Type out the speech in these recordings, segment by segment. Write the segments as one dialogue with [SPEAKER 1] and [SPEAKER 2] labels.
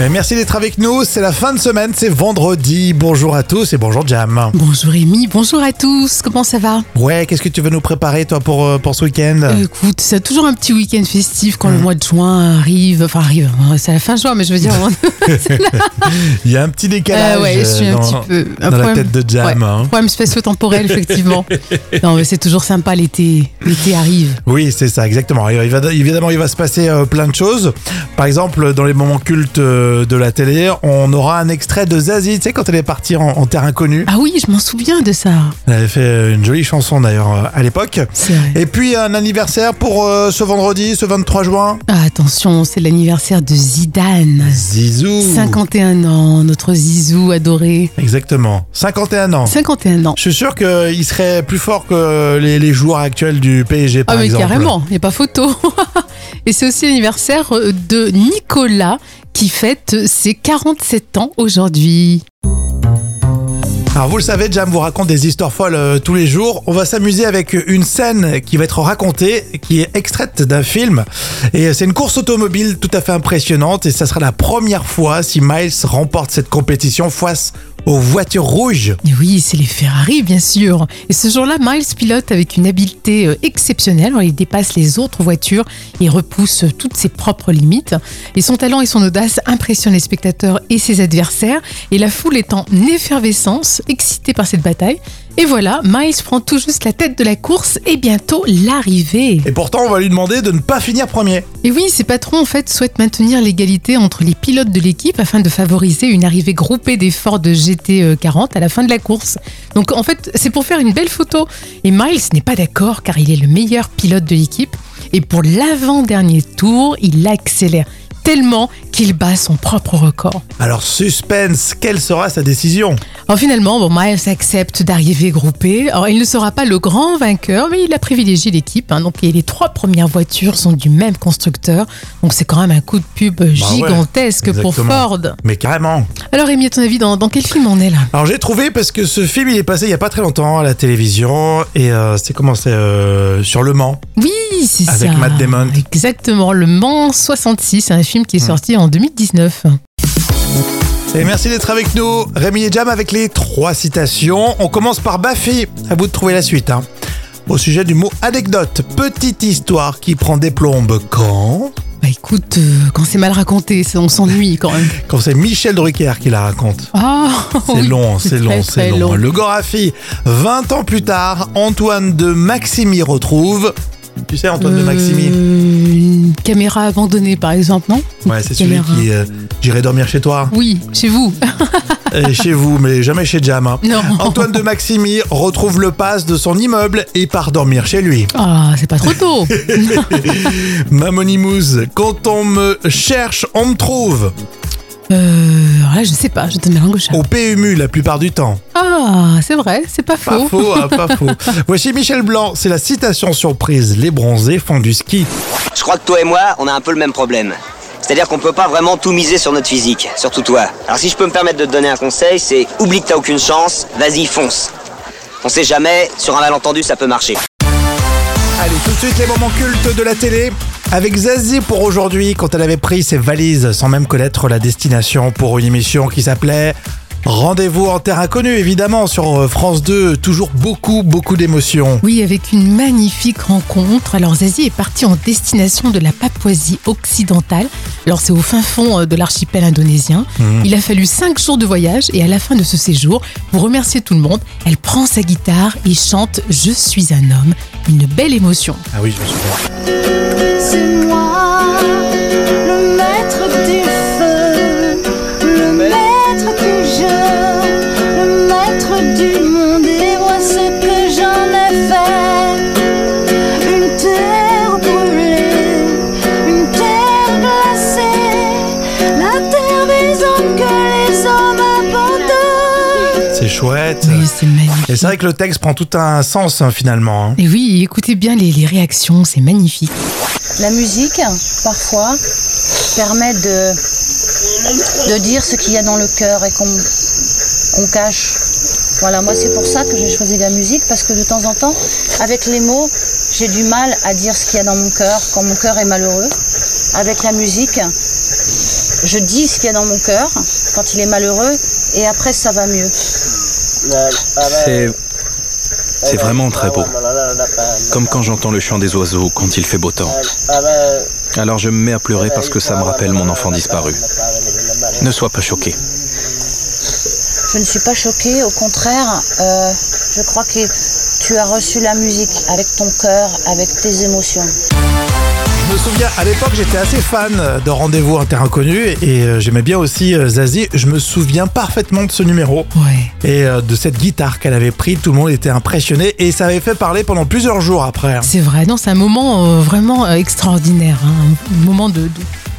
[SPEAKER 1] Euh, Merci d'être avec nous. C'est la fin de semaine, c'est vendredi. Bonjour à tous et bonjour Jam.
[SPEAKER 2] Bonjour Rémi, bonjour à tous, comment ça va
[SPEAKER 1] Ouais, qu'est-ce que tu veux nous préparer toi pour, euh, pour ce week-end
[SPEAKER 2] Euh, Écoute, c'est toujours un petit week-end festif quand le mois de juin arrive, enfin arrive, hein, c'est la fin juin, mais je veux dire, on-
[SPEAKER 1] Il y a un petit décalage
[SPEAKER 2] Euh, ouais, je suis
[SPEAKER 1] euh,
[SPEAKER 2] un
[SPEAKER 1] dans,
[SPEAKER 2] petit peu- un
[SPEAKER 1] dans la
[SPEAKER 2] problème-
[SPEAKER 1] tête de Jam.
[SPEAKER 2] ouais,
[SPEAKER 1] hein.
[SPEAKER 2] problème spatio-temporel, effectivement. non, mais c'est toujours sympa l'été, l'été arrive.
[SPEAKER 1] Oui, c'est ça, exactement. Et, euh, il va- évidemment, il va se passer euh, plein de choses. Par exemple, dans les moments cultes euh, de la télé, on aura un extrait de Zazie, tu sais, quand elle est partie en, en terre inconnue.
[SPEAKER 2] Ah oui, je m'en souviens de ça,
[SPEAKER 1] Elle avait fait euh, une jolie chanson d'ailleurs euh, à l'époque.
[SPEAKER 2] c'est vrai.
[SPEAKER 1] Et puis un anniversaire pour euh, ce vendredi, ce 23 juin.
[SPEAKER 2] Ah, attention, c'est l'anniversaire de Zidane.
[SPEAKER 1] Zizou.
[SPEAKER 2] 51 ans, notre Zizou adoré.
[SPEAKER 1] Exactement. 51 ans.
[SPEAKER 2] 51 ans.
[SPEAKER 1] Je suis sûr qu'il serait plus fort que les, les joueurs actuels du PSG, par
[SPEAKER 2] Ah mais
[SPEAKER 1] exemple.
[SPEAKER 2] carrément, il n'y a pas photo. Et c'est aussi l'anniversaire euh, de Nicolas qui fête ses 47 ans aujourd'hui.
[SPEAKER 1] Alors, vous le savez, Jam vous raconte des histoires folles euh, tous les jours. On va s'amuser avec une scène qui va être racontée, qui est extraite d'un film. Et c'est une course automobile tout à fait impressionnante. Et ça sera la première fois si Miles remporte cette compétition face aux voitures rouges.
[SPEAKER 2] Et oui, c'est les Ferrari bien sûr. Et ce jour-là, Miles pilote avec une habileté euh, exceptionnelle. Il dépasse les autres voitures et repousse toutes ses propres limites. Et son talent et son audace impressionnent les spectateurs et ses adversaires. Et la foule est en effervescence, excitée par cette bataille. Et voilà, Miles prend tout juste la tête de la course et bientôt l'arrivée.
[SPEAKER 1] Et pourtant, on va lui demander de ne pas finir premier.
[SPEAKER 2] Et oui, ces patrons en fait souhaitent maintenir l'égalité entre les pilotes de l'équipe afin de favoriser une arrivée groupée des Ford GT40 euh, à la fin de la course. Donc en fait, c'est pour faire une belle photo. Et Miles n'est pas d'accord car il est le meilleur pilote de l'équipe. Et pour l'avant-dernier tour, il accélère tellement qu'il bat son propre record.
[SPEAKER 1] Alors, suspense, quelle sera sa décision
[SPEAKER 2] Alors finalement, bon, Miles accepte d'arriver groupé. Alors il ne sera pas le grand vainqueur, mais il a privilégié l'équipe. hein. Donc et les trois premières voitures sont du même constructeur. Donc c'est quand même un coup de pub gigantesque pour
[SPEAKER 1] Bah exactement.
[SPEAKER 2] Ford.
[SPEAKER 1] Mais carrément.
[SPEAKER 2] Alors Rémi, à ton avis, dans, dans quel film on est là
[SPEAKER 1] Alors j'ai trouvé parce que ce film il est passé il y a pas très longtemps à la télévision et euh, c'est commencé euh, sur Le Mans.
[SPEAKER 2] Oui, c'est ça.
[SPEAKER 1] Avec Matt Damon. Hmm.
[SPEAKER 2] Exactement, Le Mans 66, un film qui est sorti en 2019.
[SPEAKER 1] Et merci d'être avec nous, Rémi et Jam avec les trois citations. On commence par Baffy, à vous de trouver la suite. hein. Au sujet du mot anecdote, petite histoire qui prend des plombes quand
[SPEAKER 2] Bah écoute, euh, quand c'est mal raconté, c'est- on s'ennuie quand même.
[SPEAKER 1] Quand c'est Michel Drucker qui la raconte.
[SPEAKER 2] Ah,
[SPEAKER 1] C'est
[SPEAKER 2] oui,
[SPEAKER 1] long, c'est long,
[SPEAKER 2] très,
[SPEAKER 1] c'est
[SPEAKER 2] très
[SPEAKER 1] long. Le Gorafi, 20 ans plus tard, Antoine de Maximi retrouve. Tu sais, Antoine de
[SPEAKER 2] Euh,
[SPEAKER 1] Maximi
[SPEAKER 2] Une Euh, caméra abandonnée, par exemple, non
[SPEAKER 1] Ouais, c'est celui
[SPEAKER 2] caméra.
[SPEAKER 1] qui. euh, J'irai dormir chez toi.
[SPEAKER 2] Oui, chez vous.
[SPEAKER 1] Euh, chez vous, mais jamais chez Jam. hein.
[SPEAKER 2] Non.
[SPEAKER 1] Antoine de Maximi retrouve le pass de son immeuble et part dormir chez lui.
[SPEAKER 2] Ah, c'est pas trop tôt.
[SPEAKER 1] Mamonimouze, quand on me cherche, on me trouve.
[SPEAKER 2] Euh, alors là, je sais pas, je donne ma langue au chat.
[SPEAKER 1] Au PMU la plupart du temps.
[SPEAKER 2] Ah, c'est vrai, c'est pas
[SPEAKER 1] Pas
[SPEAKER 2] faux.
[SPEAKER 1] faux, hein, pas faux. Voici Michel Blanc, c'est la citation surprise. Les bronzés font du ski.
[SPEAKER 3] Je crois que toi et moi, on a un peu le même problème. C'est-à-dire qu'on peut pas vraiment tout miser sur notre physique, surtout toi. Alors si je peux me permettre de te donner un conseil, c'est oublie que t'as aucune chance, vas-y, fonce. On sait jamais, sur un malentendu, ça peut marcher.
[SPEAKER 1] Allez, tout de suite les moments cultes de la télé. Avec Zazie pour aujourd'hui, quand elle avait pris ses valises sans même connaître la destination pour une émission qui s'appelait Rendez-vous en terre inconnue, évidemment, sur euh, France 2. Toujours beaucoup, beaucoup d'émotions.
[SPEAKER 2] Oui, avec une magnifique rencontre. Alors Zazie est partie en destination de la Papouasie occidentale. Alors c'est au fin fond euh, de l'archipel indonésien.
[SPEAKER 1] Mhm.
[SPEAKER 2] Il a fallu cinq jours de voyage et à la fin de ce séjour, pour remercier tout le monde, elle prend sa guitare et chante Je suis un homme. Une belle émotion.
[SPEAKER 1] Ah oui, je me souviens.
[SPEAKER 4] C'est moi, le maître du feu, le maître du jeu, le maître du monde. Et voici que j'en ai fait une terre brûlée, une terre glacée, la terre des hommes que les hommes abandonnent.
[SPEAKER 1] C'est chouette.
[SPEAKER 2] Oui, c'est magnifique.
[SPEAKER 1] Et c'est vrai que le texte prend tout un sens hein, finalement. hein.
[SPEAKER 2] Et oui, écoutez bien les- les réactions, c'est magnifique.
[SPEAKER 5] La musique, parfois, permet de, de dire ce qu'il y a dans le cœur et qu'on qu'on cache. Voilà, moi c'est pour ça que j'ai choisi la musique, parce que de temps en temps, avec les mots, j'ai du mal à dire ce qu'il y a dans mon cœur quand mon cœur est malheureux. Avec la musique, je dis ce qu'il y a dans mon cœur quand il est malheureux et après ça va mieux.
[SPEAKER 6] C'est. C'est vraiment très beau. Comme quand j'entends le chant des oiseaux quand il fait beau temps. Alors je me mets à pleurer parce que ça me rappelle mon enfant disparu. Ne sois pas choqué.
[SPEAKER 5] Je ne suis pas choquée, au contraire, euh, je crois que tu as reçu la musique avec ton cœur, avec tes émotions.
[SPEAKER 1] Je me souviens, à l'époque, j'étais assez fan de Rendez-vous Inter Inconnu et euh, j'aimais bien aussi euh, Zazie. Je me souviens parfaitement de ce numéro
[SPEAKER 2] Ouais.
[SPEAKER 1] et euh, de cette guitare qu'elle avait prise. Tout le monde était impressionné et ça avait fait parler pendant plusieurs jours après. hein.
[SPEAKER 2] C'est vrai, non, c'est un moment euh, vraiment euh, extraordinaire, hein, un moment de, de-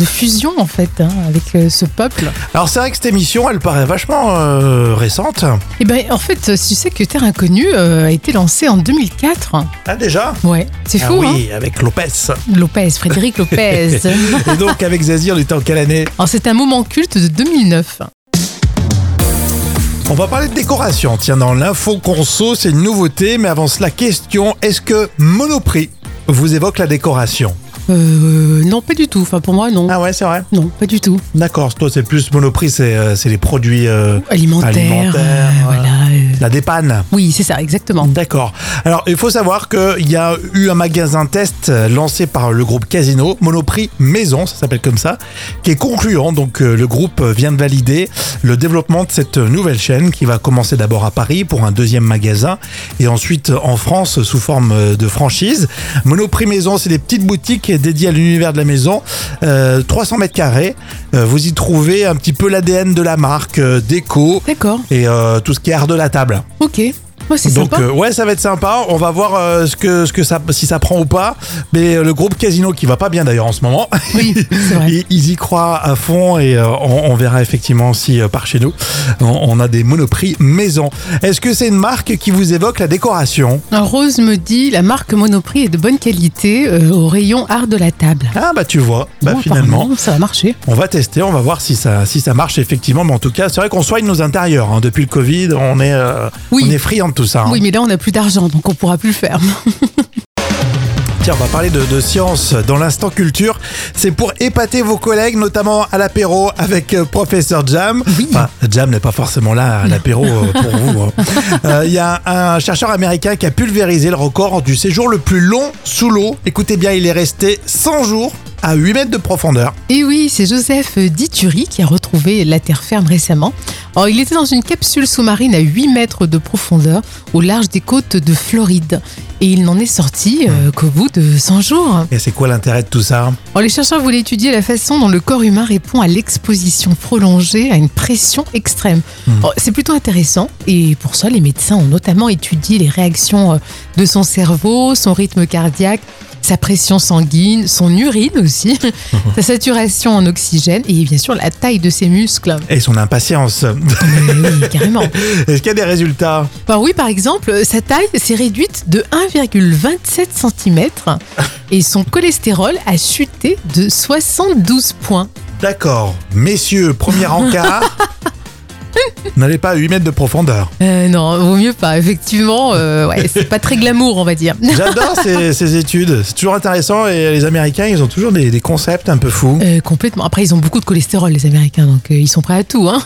[SPEAKER 2] de fusion en fait hein, avec euh, ce peuple.
[SPEAKER 1] Alors, c'est vrai que cette émission, elle paraît vachement euh, récente.
[SPEAKER 2] Et ben en fait, euh, tu sais que Terre Inconnue euh, a été lancée en 2004.
[SPEAKER 1] Ah, déjà
[SPEAKER 2] Ouais, c'est
[SPEAKER 1] Ah
[SPEAKER 2] fou,
[SPEAKER 1] oui, avec Lopez.
[SPEAKER 2] hein Lopez, Frédéric Lopez.
[SPEAKER 1] Et donc, avec Zazie, on était en quelle année
[SPEAKER 2] Alors, c'est un moment culte de 2009.
[SPEAKER 1] On va parler de décoration. Tiens, dans l'info conso, c'est une nouveauté, mais avant cela, question est-ce que Monoprix vous évoque la décoration
[SPEAKER 2] Euh, non, pas du tout. Enfin, pour moi, non.
[SPEAKER 1] Ah, ouais, c'est vrai.
[SPEAKER 2] Non, pas du tout.
[SPEAKER 1] D'accord, toi, c'est plus Monoprix, c'est euh, c'est les produits. euh,
[SPEAKER 2] Alimentaire.
[SPEAKER 1] Alimentaire,
[SPEAKER 2] euh,
[SPEAKER 1] ouais.
[SPEAKER 2] voilà. euh.
[SPEAKER 1] la dépanne.
[SPEAKER 2] Oui, c'est ça, exactement.
[SPEAKER 1] D'accord. Alors, il faut savoir qu'il y a eu un magasin test euh, lancé par le groupe Casino, Monoprix Maison, ça s'appelle comme ça, qui est concluant. Donc, euh, le groupe vient de valider le développement de cette nouvelle chaîne qui va commencer d'abord à Paris pour un deuxième magasin et ensuite en France sous forme euh, de franchise. Monoprix Maison, c'est des petites boutiques dédiées à l'univers de la maison, euh, 300 mètres carrés. Euh, vous y trouvez un petit peu l'ADN de la marque, euh, déco
[SPEAKER 2] D'accord,
[SPEAKER 1] et euh, tout ce qui est art de la table.
[SPEAKER 2] ok. Moi, c'est
[SPEAKER 1] Donc
[SPEAKER 2] sympa.
[SPEAKER 1] euh, ouais, ça va être sympa. On va voir euh, ce que ce que ça si ça prend ou pas. Mais euh, le groupe Casino qui va pas bien d'ailleurs en ce moment.
[SPEAKER 2] Oui, c'est vrai.
[SPEAKER 1] Ils, ils y croient à fond et euh, on, on verra effectivement si euh, par chez nous on, on a des monoprix maison. Est-ce que c'est une marque qui vous évoque la décoration
[SPEAKER 2] Alors, Rose me dit la marque Monoprix est de bonne qualité euh, au rayon art de la table.
[SPEAKER 1] Ah bah tu vois, bah
[SPEAKER 2] Bon,
[SPEAKER 1] finalement
[SPEAKER 2] apparemment, ça va marcher.
[SPEAKER 1] on va tester, on va voir si ça si ça marche effectivement. Mais en tout cas, c'est vrai qu'on soigne nos intérieurs hein. depuis le Covid. On est euh,
[SPEAKER 2] Oui.
[SPEAKER 1] on est friand de tout ça. hein.
[SPEAKER 2] Oui, mais là, on n'a plus d'argent, donc on pourra plus le faire.
[SPEAKER 1] Tiens, on va parler de, de science dans l'instant culture. C'est pour épater vos collègues, notamment à l'apéro avec euh, Professeur Jam. Enfin, Jam n'est pas forcément là à l'apéro euh, pour vous. hein. Euh, Il y a un, un chercheur américain qui a pulvérisé le record du séjour le plus long sous l'eau. Écoutez bien, il est resté 100 jours à 8 mètres de profondeur.
[SPEAKER 2] Et oui, c'est Joseph Dituri qui a retrouvé la terre ferme récemment. Alors, il était dans une capsule sous-marine à 8 mètres de profondeur au large des côtes de Floride. Et il n'en est sorti euh, qu'au bout de 100 jours.
[SPEAKER 1] Et c'est quoi l'intérêt de tout ça hein
[SPEAKER 2] Alors, les chercheurs voulaient étudier la façon dont le corps humain répond à l'exposition prolongée à une pression extrême. Alors, C'est plutôt intéressant et pour ça, les médecins ont notamment étudié les réactions euh, de son cerveau, son rythme cardiaque, sa pression sanguine, son urine aussi, sa saturation en oxygène et bien sûr la taille de ses muscles.
[SPEAKER 1] Et son impatience.
[SPEAKER 2] Mais oui, carrément.
[SPEAKER 1] Est-ce qu'il y a des résultats
[SPEAKER 2] Bah oui, par exemple, sa taille s'est réduite de 1,27 cm et son cholestérol a chuté de 72 points.
[SPEAKER 1] D'accord. Messieurs, premier encart. N'allez pas à 8 mètres de profondeur.
[SPEAKER 2] Euh, non, vaut mieux pas. Effectivement, euh, ouais, c'est pas très glamour, on va dire.
[SPEAKER 1] J'adore ces, ces études, c'est toujours intéressant et les Américains, ils ont toujours des, des concepts un peu fous.
[SPEAKER 2] Euh, complètement. Après, ils ont beaucoup de cholestérol, les Américains, donc euh, ils sont prêts à tout. Hein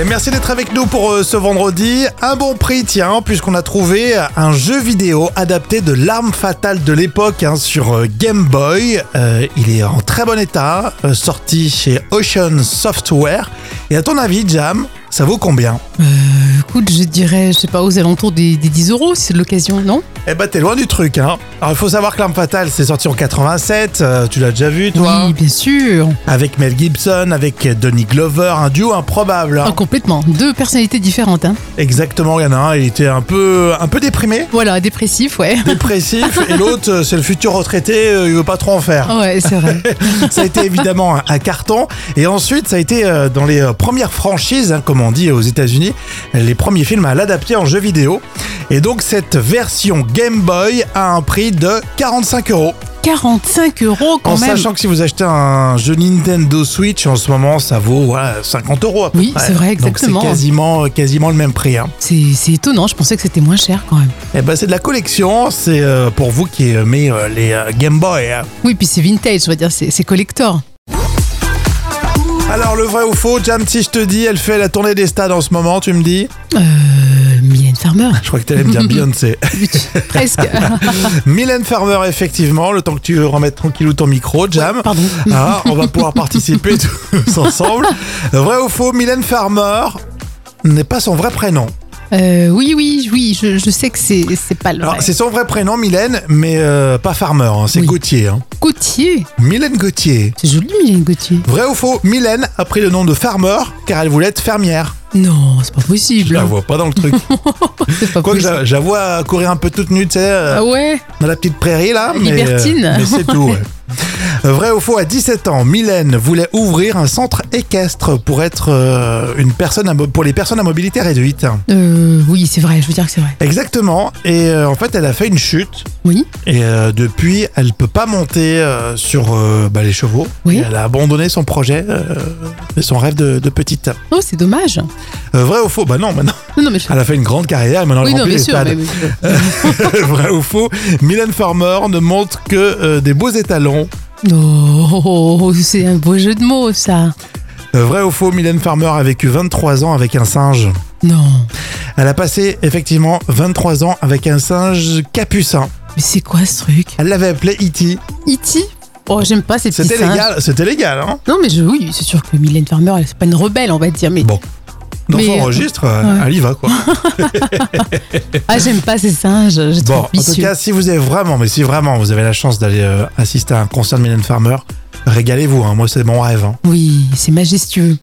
[SPEAKER 1] Et merci d'être avec nous pour euh, ce vendredi. Un bon prix, tiens, puisqu'on a trouvé un jeu vidéo adapté de l'arme fatale de l'époque hein, sur euh, Game Boy. Euh, il est en très bon état, euh, sorti chez Ocean Software. Et à ton avis, Jam, ça vaut combien
[SPEAKER 2] Euh, Écoute, je dirais, je sais pas, aux alentours des, des 10 euros, si c'est de l'occasion, non
[SPEAKER 1] Eh ben, t'es loin du truc, hein. Alors, il faut savoir que l'arme fatale, c'est sorti en 87. euh, tu l'as déjà vu, toi
[SPEAKER 2] Oui, bien sûr.
[SPEAKER 1] Avec Mel Gibson, avec Donny Glover, un duo improbable. hein.
[SPEAKER 2] Ah, complètement. Deux personnalités différentes. Hein.
[SPEAKER 1] Exactement, il y en a un, il était un peu, un peu déprimé,
[SPEAKER 2] Voilà, dépressif, Oh. ouais.
[SPEAKER 1] dépressif, et l'autre, euh, c'est le futur retraité, euh, il veut pas trop en faire.
[SPEAKER 2] Ouais, c'est vrai.
[SPEAKER 1] Ça a été évidemment un, un carton, et ensuite, ça a été euh, dans les euh, premières franchises, hein, comme on dit aux États-Unis, les premiers films à l'adapter en jeu vidéo. Et donc, cette version Game Boy a un prix de 45 euros.
[SPEAKER 2] 45 euros quand
[SPEAKER 1] En
[SPEAKER 2] même.
[SPEAKER 1] sachant que si vous achetez un jeu Nintendo Switch, en ce moment, ça vaut voilà, 50 euros à peu
[SPEAKER 2] Oui,
[SPEAKER 1] près.
[SPEAKER 2] c'est vrai, exactement.
[SPEAKER 1] Donc, c'est quasiment, quasiment le même prix. hein.
[SPEAKER 2] C'est c'est étonnant, je pensais que c'était moins cher quand même.
[SPEAKER 1] Eh ben, c'est de la collection, c'est euh, pour vous qui aimez euh, les euh, Game Boy. hein.
[SPEAKER 2] Oui, puis c'est vintage, on va dire, c'est c'est collector.
[SPEAKER 1] Alors, le vrai ou faux, Jam, si je te dis, elle fait la tournée des stades en ce moment, tu me dis
[SPEAKER 2] Euh, Mylène Farmer.
[SPEAKER 1] Je crois que t'allais me dire Beyoncé.
[SPEAKER 2] Presque.
[SPEAKER 1] Mylène Farmer, effectivement, le temps que tu remettes tranquillou ton micro, Jam.
[SPEAKER 2] Pardon.
[SPEAKER 1] Ah, on va pouvoir participer tous ensemble. Vrai ou faux, Mylène Farmer n'est pas son vrai prénom.
[SPEAKER 2] Euh, oui, oui, oui, je, je sais que c'est c'est pas le
[SPEAKER 1] Alors,
[SPEAKER 2] vrai.
[SPEAKER 1] c'est son vrai prénom, Mylène, mais euh, pas Farmer, hein, c'est
[SPEAKER 2] Oui.
[SPEAKER 1] Gauthier. hein.
[SPEAKER 2] Gauthier.
[SPEAKER 1] Mylène Gauthier.
[SPEAKER 2] C'est joli, Mylène Gauthier.
[SPEAKER 1] Vrai ou faux, Mylène a pris le nom de Farmer car elle voulait être fermière.
[SPEAKER 2] Non, c'est pas
[SPEAKER 1] Je
[SPEAKER 2] possible.
[SPEAKER 1] la vois pas dans le truc.
[SPEAKER 2] C'est pas
[SPEAKER 1] Quoique, je
[SPEAKER 2] possible.
[SPEAKER 1] la- je la vois courir un peu toute nue, tu sais, euh,
[SPEAKER 2] Ah ouais
[SPEAKER 1] dans la petite prairie là. Mais,
[SPEAKER 2] Libertine.
[SPEAKER 1] euh, mais c'est tout, ouais. Vrai ou faux, à 17 ans, Mylène voulait ouvrir un centre équestre pour être euh, une personne à mo- pour les personnes à mobilité réduite.
[SPEAKER 2] Euh, Oui, c'est vrai, je veux dire que c'est vrai.
[SPEAKER 1] Exactement. Et euh, en fait, elle a fait une chute.
[SPEAKER 2] Oui.
[SPEAKER 1] Et euh, depuis, elle peut pas monter euh, sur euh, bah, les chevaux.
[SPEAKER 2] Oui.
[SPEAKER 1] Et Elle a abandonné son projet euh, et son rêve de, de petite.
[SPEAKER 2] Non, c'est dommage.
[SPEAKER 1] Euh, vrai ou faux Bah non, maintenant.
[SPEAKER 2] Non, non, mais je...
[SPEAKER 1] Elle a fait une grande carrière et maintenant
[SPEAKER 2] Oui,
[SPEAKER 1] elle
[SPEAKER 2] non,
[SPEAKER 1] remplit
[SPEAKER 2] bien
[SPEAKER 1] les
[SPEAKER 2] sûr.
[SPEAKER 1] stades.
[SPEAKER 2] mais- mais-
[SPEAKER 1] vrai ou faux Mylène Farmer ne monte que euh, des beaux étalons.
[SPEAKER 2] Non, oh, c'est un beau jeu de mots, ça.
[SPEAKER 1] Euh, vrai ou faux Mylène Farmer a vécu 23 ans avec un singe.
[SPEAKER 2] Non.
[SPEAKER 1] Elle a passé effectivement 23 ans avec un singe capucin.
[SPEAKER 2] Mais c'est quoi ce truc
[SPEAKER 1] Elle l'avait appelé
[SPEAKER 2] E
[SPEAKER 1] E.T.
[SPEAKER 2] Iti Oh, j'aime pas ces petits
[SPEAKER 1] C'était
[SPEAKER 2] singes.
[SPEAKER 1] légal, c'était légal, hein
[SPEAKER 2] Non, mais je, oui, c'est sûr que Mylène Farmer, elle, c'est pas une rebelle, on va dire. Mais
[SPEAKER 1] Bon. Dans
[SPEAKER 2] Mais,
[SPEAKER 1] son
[SPEAKER 2] euh,
[SPEAKER 1] registre, euh,
[SPEAKER 2] ouais. Oh,
[SPEAKER 1] elle y va, quoi.
[SPEAKER 2] ah, j'aime pas ces singes. Je les
[SPEAKER 1] Bon,
[SPEAKER 2] trouve
[SPEAKER 1] en tout
[SPEAKER 2] vicieux.
[SPEAKER 1] cas, si vous avez vraiment, mais si vraiment vous avez la chance d'aller euh, assister à un concert de Mylène Farmer, régalez-vous. hein. Moi, c'est mon rêve. hein.
[SPEAKER 2] Oui, c'est majestueux.